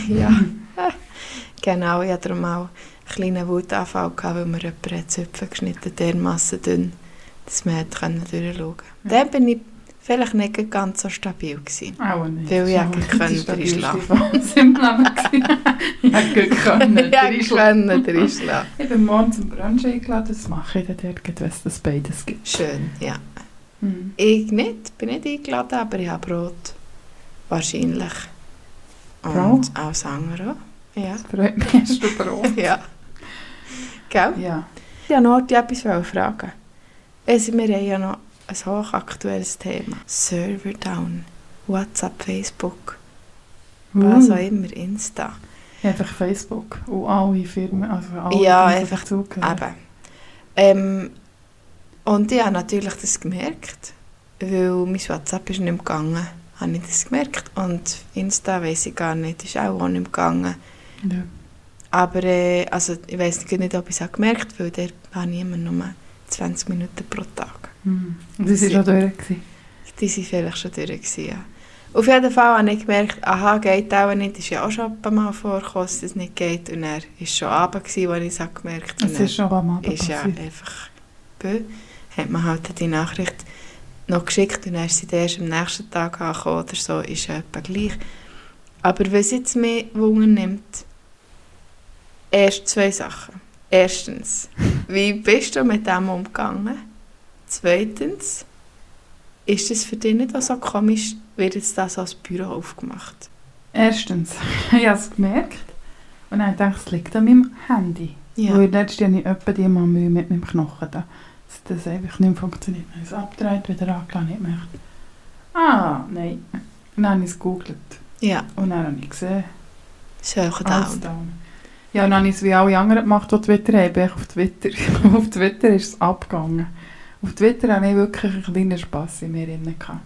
ja. genau, ich hatte darum auch einen kleinen Wutanfall, gehabt, weil mir jemand hat Zöpfe geschnitten dermassen dünn, dass man hat können durchschauen konnte.
Ja.
Dann bin ich vielleicht nicht ganz so stabil. Gewesen.
Auch nicht.
Weil ich
Das
hätte
ist
können
die stabilste
reinschlafen.
Phase im Leben gewesen. Ich hätte können
ja, ich
reinschlafen.
kann reinschlagen.
Ich bin morgen zum Brunch eingeladen, das mache ich dann dort, wenn es das beides gibt.
Schön, ja.
Mhm.
Ich nicht, bin nicht eingeladen, aber ich habe Brot. Wahrscheinlich. Und
Brot?
alles andere auch. Ja.
Das freut mich, hast du Brot.
ja. Gell?
ja.
Ich wollte noch etwas fragen. Also, wir haben ja noch ein hochaktuelles Thema. Server down. WhatsApp, Facebook, was auch
Uh,
immer, Insta.
einfach Facebook und alle Firmen, also alle
Ja,
die
einfach-
dazugehören.
Eben. Ähm, und ich habe natürlich das gemerkt, weil mein WhatsApp ist nicht mehr gegangen. Habe ich das gemerkt. Und Insta weiss ich gar nicht, ist auch, auch nicht mehr gegangen.
Ja.
Aber äh, also, ich weiss nicht, ob ich es auch gemerkt habe, weil dort habe ich immer nur 20 Minuten pro Tag.
Mhm. Und das war schon durch. gewesen.
Die waren vielleicht schon durch. Gewesen, ja. Auf jeden Fall habe ich gemerkt, aha, geht auch nicht. Ist ja auch schon ein paar Mal vorgekommen, dass es nicht geht. Und er war schon Abend, gewesen, als ich es auch gemerkt habe.
Es ist schon am Abend
ist ja
passiert.
einfach bö. Hat man halt die Nachricht noch geschickt und dann ist sie dann erst am nächsten Tag angekommen oder so, ist ja etwa gleich. Aber was jetzt mich wundern nimmt, erst zwei Sachen. Erstens, wie bist du mit dem umgegangen? Zweitens, ist es für dich nicht auch so komisch, wird jetzt das als Büro aufgemacht?
Erstens, ich habe es gemerkt und dann dachte ich, es liegt an meinem Handy. Ja. Weil letztes Jahr hatte ich etwa die mal Mühe mit meinem Knochen. Da. Dass das einfach nicht mehr funktioniert. Dann habe ich es abgedreht, wieder angelassen, nicht mehr. Ah, nein. Und dann habe ich es gegoogelt.
Ja,
Und dann habe ich gesehen,
solche
alles
Down.
down. Ja, nou, und dann habe ich es wie alle anderen gemacht, die Twitter haben. Bin ich auf Twitter. auf Twitter ist es abgegangen. Auf Twitter hatte ich wirklich einen kleinen Spass in mir. drin gehabt.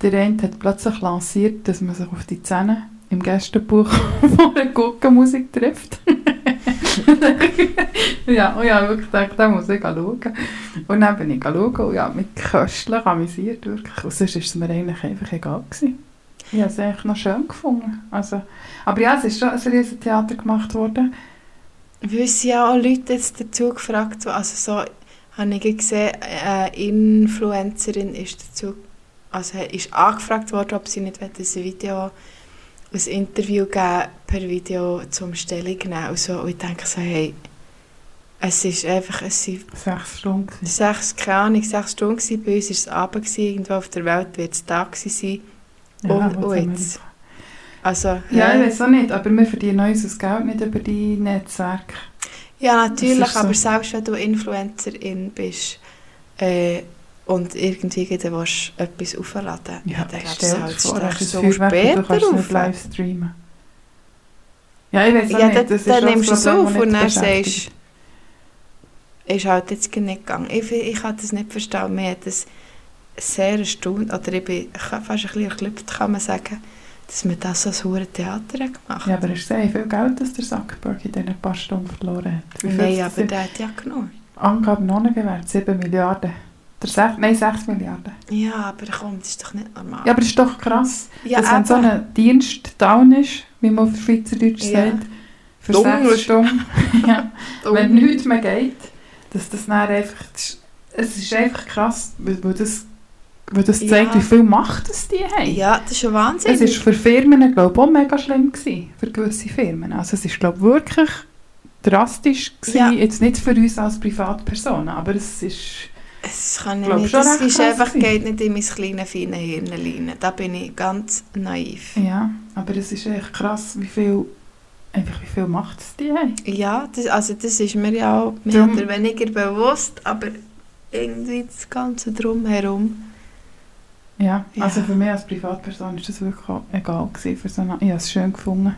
Der eine hat plötzlich lanciert, dass man sich auf die Zähne im Gästebuch vor der Gurkenmusik trifft. ja, und ich habe wirklich gedacht, da muss ich schauen. Und dann bin ich schauen und Oh ja, mich köstlich amüsiert wirklich. Und sonst war es mir eigentlich einfach egal. Gewesen. Ich habe es eigentlich noch schön gefunden. Also, aber ja, es ist schon ein riesen Theater gemacht worden.
Weil es ja auch Leute jetzt dazu gefragt wurden, also so habe ich gesehen, eine Influencerin ist dazu, also ist angefragt worden, ob sie nicht wollte, ein Video, ein Interview geben per Video zum Stellung nehmen und so. Und ich denke so, hey, es ist einfach, es sind
Sechs Stunden. gewesen.
sechs, keine Ahnung, sechs Stunden gewesen, bei uns war es Abend, gewesen, irgendwo auf der Welt wird es Tag gewesen sein. Und-
wo
und
sind wir
Oh, jetzt?
denn?
Also,
Ja, ich
hä?
weiß auch nicht, aber wir verdienen unser Geld nicht über die Netzwerke.
Ja, natürlich,
ist so.
aber selbst wenn du Influencerin bist äh, und irgendwie gerade willst, etwas aufladen
Ja,
dann
ich
lädst
stell
du
dir
halt
vor, es ist
so
viel weg und du kannst
später
es nicht
auf.
live streamen. Ja, ich weiß auch
Ja,
nicht,
dann,
das ist
dann
auch ein
nimmst du es
Problem,
auf
das
und
nicht
dann
beschäftigt.
sagst ist halt jetzt gerade nicht gegangen. Ich, ich kann das nicht verstehen. Mir hat das sehr erstaunt, oder ich bin fast ein bisschen erglückt, kann man sagen, dass man das so als hure Theater hat gemacht
Ja, aber es ist sehr viel Geld, das der Zuckerberg in diesen paar Stunden verloren hat. Wie viel
Nein,
das
aber
sind?
der hat ja genommen.
Angaben noch nicht gewährt, 7 Milliarden. Der sech, nein, 6 Milliarden.
Ja, aber komm, das ist doch nicht normal.
Ja, aber es ist doch krass,
Ja,
dass wenn so
eben.
ein Dienst down ist, wie man auf Schweizerdeutsch
Ja.
sagt, für
Dumm
6
ist.
Stunden, ja,
Dumm.
wenn nichts mehr geht, dass das dann einfach, das ist- es ist einfach krass, weil, weil das, weil das
Ja.
zeigt, wie viel Macht das die haben.
Ja, das ist ja Wahnsinn.
Es war für Firmen, glaube ich, auch mega schlimm, gewesen, für gewisse Firmen. Also es ist, glaube ich, wirklich drastisch gewesen,
Ja.
jetzt nicht für uns als Privatpersonen, aber es ist...
Es kann ich
Glaub
nicht.
schon
Das
recht
ist
krass
einfach,
gewesen.
geht nicht in mein kleines, feines Hirn rein. Da bin ich ganz naiv.
Ja, aber es ist echt krass, wie viel, einfach wie viel Macht es die haben.
Ja, das, also das ist mir ja auch mehr
Drum-
oder weniger bewusst, aber irgendwie das Ganze drumherum.
Ja,
Ja.
also für mich als Privatperson ist das wirklich auch egal gewesen. Für so eine, ich habe es schön gefunden.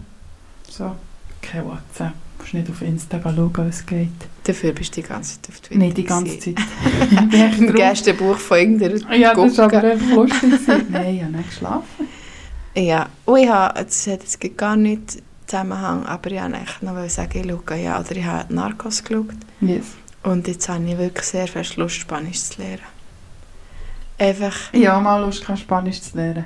So, kein WhatsApp. Du musst nicht auf Instagram schauen, was geht.
Dafür bist du die ganze Zeit auf Twitter.
Nicht die ganze
gewesen.
Zeit. Ich bin echt
Im
drum-
Gästebuch von irgendeiner
Ja, das war
gucken.
aber einfach lustig. gewesen. Nein, ich habe nicht geschlafen.
Ja, und ich habe, das hat jetzt gar nicht Zusammenhang, aber ich wollte eigentlich noch sagen, ich schaue ja, oder ich habe Narcos geschaut.
Yes.
Und jetzt habe ich wirklich sehr fest Lust, Spanisch zu lernen. Einfach
Ich habe mal Lust, gehabt, Spanisch zu lernen.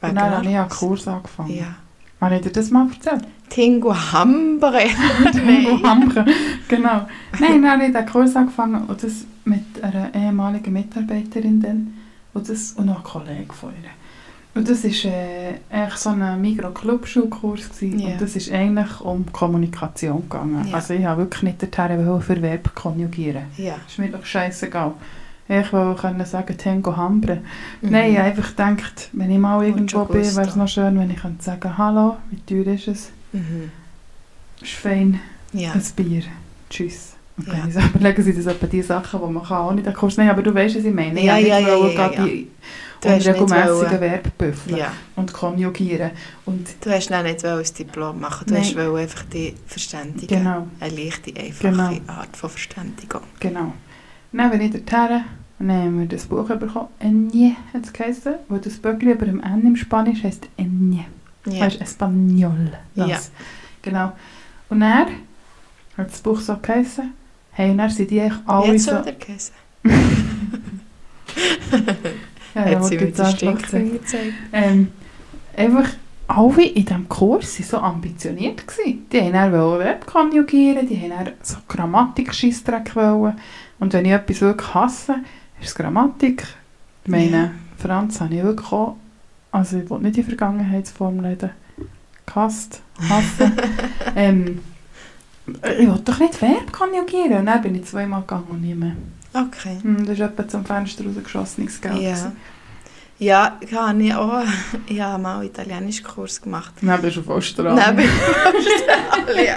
Und dann habe ich einen
Narcos.
Kurs angefangen.
Ja.
Habe ich dir das mal erzählt?
Tingo Hambre.
Wo haben wir- genau. Nein, dann habe ich den Kurs angefangen und das mit einer ehemaligen Mitarbeiterin dann und, das, und noch einem Kollegen von ihr. Und das war äh, eigentlich so ein Migro-Club-Schulkurs gewesen.
Ja.
und das ist eigentlich um Kommunikation gegangen.
Ja.
Also ich habe wirklich nicht dorthin wollen, Verwerb konjugieren.
ja.
ist mir doch scheißegal. Ich wollte können sagen, Tango Hambre.
Mhm.
Nein, ich habe einfach gedacht, wenn ich mal irgendwo
Mucho
bin, wäre es
gusto.
noch schön, wenn ich könnte sagen Hallo, wie teuer ist es?
Mhm.
Ist fein,
Ja.
ein Bier. Tschüss. Und
Ja.
dann ja. überlegen sie das etwa die Sachen, die man kann, ohne den Kurs. Nein, aber du weißt, was ich meine. Ich
Ja,
habe
ja,
nicht
ja,
wollen,
ja, ja,
gerade die
Du hast nicht
unregelmäßigen
wollen,
Verben büffeln
ja.
und konjugieren. Und
Du hast noch nicht wollen ein Diplom machen. Du
Nein.
hast wollen einfach die verständigen.
genau,
Eine leichte, einfache
Genau.
Art von Verständigung.
genau. Dann bin ich dorthin und dann haben wir das Buch bekommen. Enje hat es geheißen, wo das Böckli über dem N im Spanisch heisst Enje.
Ja.
Weißt du, Espanol. Das.
Ja.
Genau. Und er hat das Buch so geheißen. Hey, und dann sind die eigentlich alle
Jetzt
so...
soll der Käse.
Ja,
Hat sie mir den
Multitasking gesagt.
Stinkfinger gezeigt.
Ähm, einfach alle in diesem Kurs waren so ambitioniert. Gewesen. Die wollten dann Verb konjugieren, die wollten dann so Grammatik-Scheissdreck. wollen. Und wenn ich etwas wirklich hasse, ist es Grammatik. Ich meine,
Ja.
Franz habe ich wirklich auch, also ich will nicht die Vergangenheitsform reden, gehasst, hassen. ähm, ich will doch nicht Verb konjugieren. Und dann bin ich zweimal gegangen und nicht mehr.
Okay.
Hm, Das war etwa zum Fenster rausgeschossenes Geld.
Ja. Ja, ich habe ich auch. Ich habe mal einen Italienischkurs gemacht.
Dann bist du auf Australien.
Neben Australien.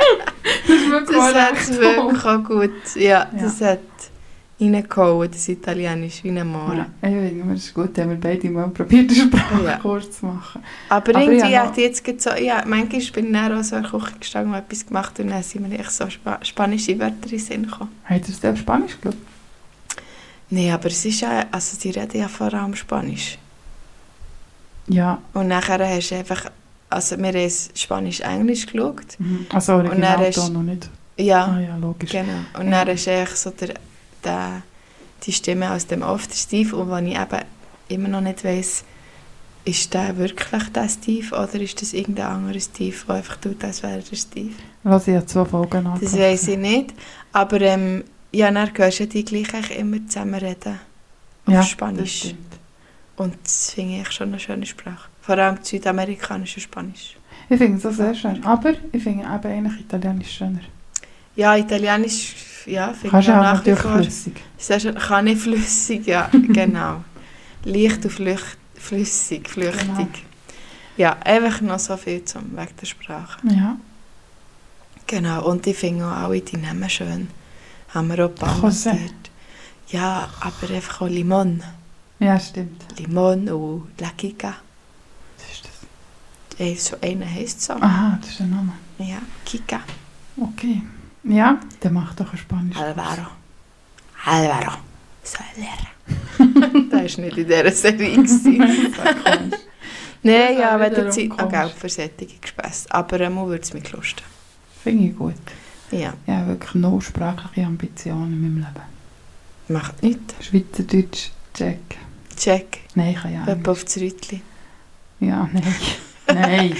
Das hat wirklich auch gut. Ja,
Ja.
das hat reingehauen, das Italienisch, wie ein
Ja,
Mora.
ich finde, es ist gut, wenn wir beide mal probiert, den
Ja.
Sprachkurs zu machen.
Aber,
Aber
irgendwie
ja,
hat jetzt gerade so, ja, manchmal bin ich dann auch so in der Küche gestanden und etwas gemacht und dann sind mir echt so spa spanische Wörter in den Sinn gekommen.
Hat er es auf Spanisch gelernt?
Nein, aber es ist ja, also die reden ja vor allem Spanisch.
Ja.
Und nachher hast du einfach, also wir haben Spanisch-Englisch geschaut.
Mhm. Also
Und dann
original
hast-
da noch nicht.
Ja.
Ah ja, logisch.
Genau. Und
Ja.
dann ist eigentlich so der, der, die Stimme aus dem off, der Steve. Und wenn ich eben immer noch nicht weiss, ist der wirklich der Steve oder ist das irgendein anderer Steve, der einfach tut, als wäre der Steve?
Lass ich ja zwei Folgen an.
Das weiss ich nicht. Aber ähm, ja, dann hörst du die gleich eigentlich immer zusammen reden. Auf
Ja, das
Spanisch.
stimmt.
Und das finde ich schon eine schöne Sprache. Vor allem das südamerikanische Spanisch.
Ich finde es auch sehr schön. Aber ich finde eben eigentlich Italienisch schöner.
Ja, Italienisch, ja, finde
Kannst
ich
du
auch
auch
nach wie
natürlich
vor.
flüssig.
Sehr schön. Kann ich flüssig, ja, nou. genau. Leicht und flüch- flüssig, flüchtig.
Genau.
Ja, einfach noch so viel zum Weg der Sprache.
Ja.
Genau, und ich finde auch alle die Namen schön. Haben wir auch
José.
balanciert. Ja, aber einfach auch Limon.
ja, stimmt.
Limon und La Kika. Eh,
Das ist das.
Ey, So einer heisst so.
Aha, das ist der Name.
Ja, Kika.
Okay. Ja, der macht doch ein Spanisch.
Alvaro. Alvaro. Soler. das ist nicht in dieser Serie. gewesen.
Das
Nein,
ist
ja,
auch
wenn du
wiederum
Zeit noch
komisch.
Geld für solche Gespässe. Aber ähm, würde es mich lusten.
Finde ich gut.
Ja,
Ich habe wirklich null sprachliche Ambitionen in meinem Leben.
macht nichts.
Schweizerdeutsch, check.
Check.
Nein, ich kann ja
Jemand auf das Rütli.
Ja, nein. nein.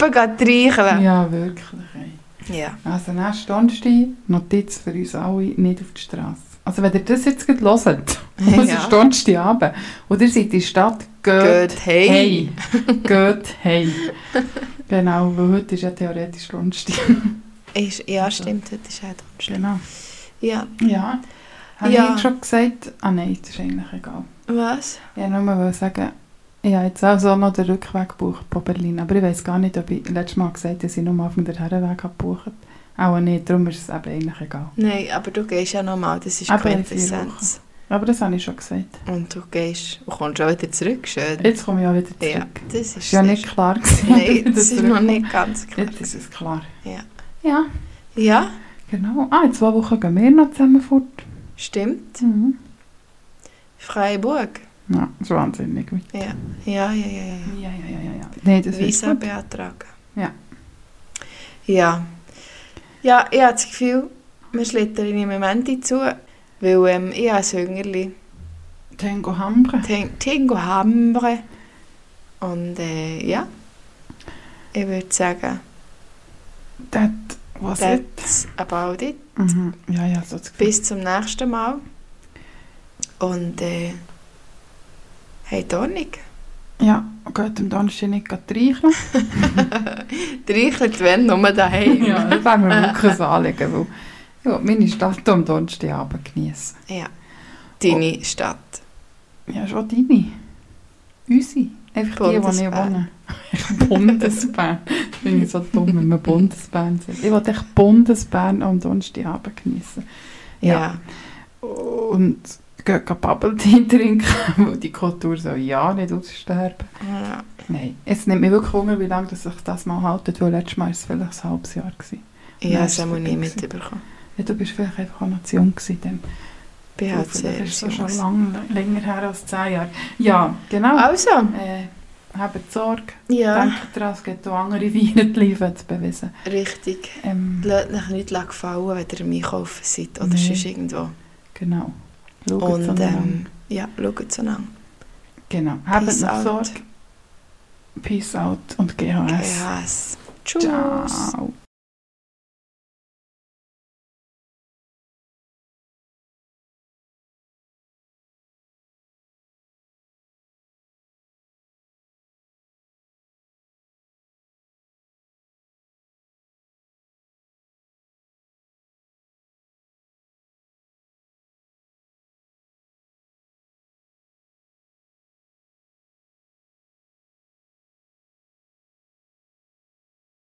Jemand geht reicheln.
Ja, wirklich. ey.
Ja. ja.
Also, nächste Donnerstag, Notiz für uns alle, nicht auf die Straße. Also, wenn ihr das jetzt gerade hört, was ist Donnerstag Abend, und ihr seid in der Stadt, geht
Gut, hey.
hey. Geht hey. Genau, weil heute ist ja theoretisch Donnerstag.
Ist, ja, stimmt, das ist auch Donnerstag.
Genau.
Ja,
Ja. Habe
Ja.
ich schon gesagt? Ah nein, das ist eigentlich egal.
was?
Ja, nur mal sagen, ich habe jetzt auch so noch den Rückweg gebucht von Berlin, aber ich weiß gar nicht, ob ich letztes Mal gesagt habe, dass ich nur am Anfang den Herrenweg habe gebucht Auch nicht, darum ist es eben eigentlich egal.
Nein, aber du gehst ja nochmal, das ist
Aber in vier
Quintessenz.
Aber das habe ich schon gesagt.
Und du gehst und kommst auch wieder zurück, schön.
Jetzt komme ich auch wieder
Ja,
zurück.
das
Das
ist
war ja
sehr
nicht
schön.
klar. Gewesen,
Nein,
dass
das
ich
ist
wieder
noch
zurückkomme.
nicht ganz klar.
Jetzt ist es klar.
Ja.
Ja,
Ja,
genau. Ah, in zwei Wochen gehen wir noch zusammen fort.
stimmt.
Mhm.
Freiburg.
Ja, das ist wahnsinnig. Ja,
Ja, ja, ja, ja. ja.
ja, ja, ja. ja. Nein, das ist
Visa
gut.
beantragen.
Ja.
Ja. Ja, ich habe das Gefühl, wir schlittern im Moment zu, weil ähm, ich habe ein Hüngerli.
Tango Hambre.
Ten- Tingo Hambre. Und äh, ja, ich würde sagen,
That was it.
that's about it.
Mhm. Ja, ja, so das Gefühl.
Bis zum nächsten Mal. Und äh, hey, Donnig.
Ja, geht am Donnerstag nicht gerade reicheln.
Reichelt wenn, nur daheim.
Ja, das wäre mir wirklich ein Anliegen, weil ich will meine Stadt am Donnerstagabend genießen.
Ja. Deine Stadt.
Ja, schon deine. Unsere. Einfach die, die ich
Bundesbahn.
wohne. Bundesbahn. bin ich so dumm, wenn man Bundesbahn sagt. Ich wollte echt Bundesbahn am Donnerstagabend geniessen. Ja.
Ja.
Und gehen gehen Bubble Tea trinken, weil die Kultur soll ja nicht aussterben.
ja.
Nein, es nimmt mich wirklich Hunger, wie lange das sich das mal haltet, weil letztes Mal war es vielleicht ein halbes Jahr. Gewesen.
Ich habe
Nein,
es auch nie
ist gut
mitbekommen.
Ja, du bist vielleicht einfach auch noch zu jung gewesen. Dann.
Ich
Du,
war sehr
vielleicht ist es schon
jung.
lang, länger her als zehn Jahre. Ja, genau.
Also,
Äh, habt Sorge,
ja,
denkt daran, es gibt auch andere Weihnachtsliefen zu beweisen.
richtig.
Ähm,
Lasst euch nicht gefallen, wenn ihr im Einkaufen seid oder
Nein.
sonst irgendwo.
genau. Schaut
Und
zueinander.
ähm, ja, schaut so lang.
genau. Habt noch
peace out.
Sorge. Peace out und GHS.
Yes. Tschüss.
Ciao.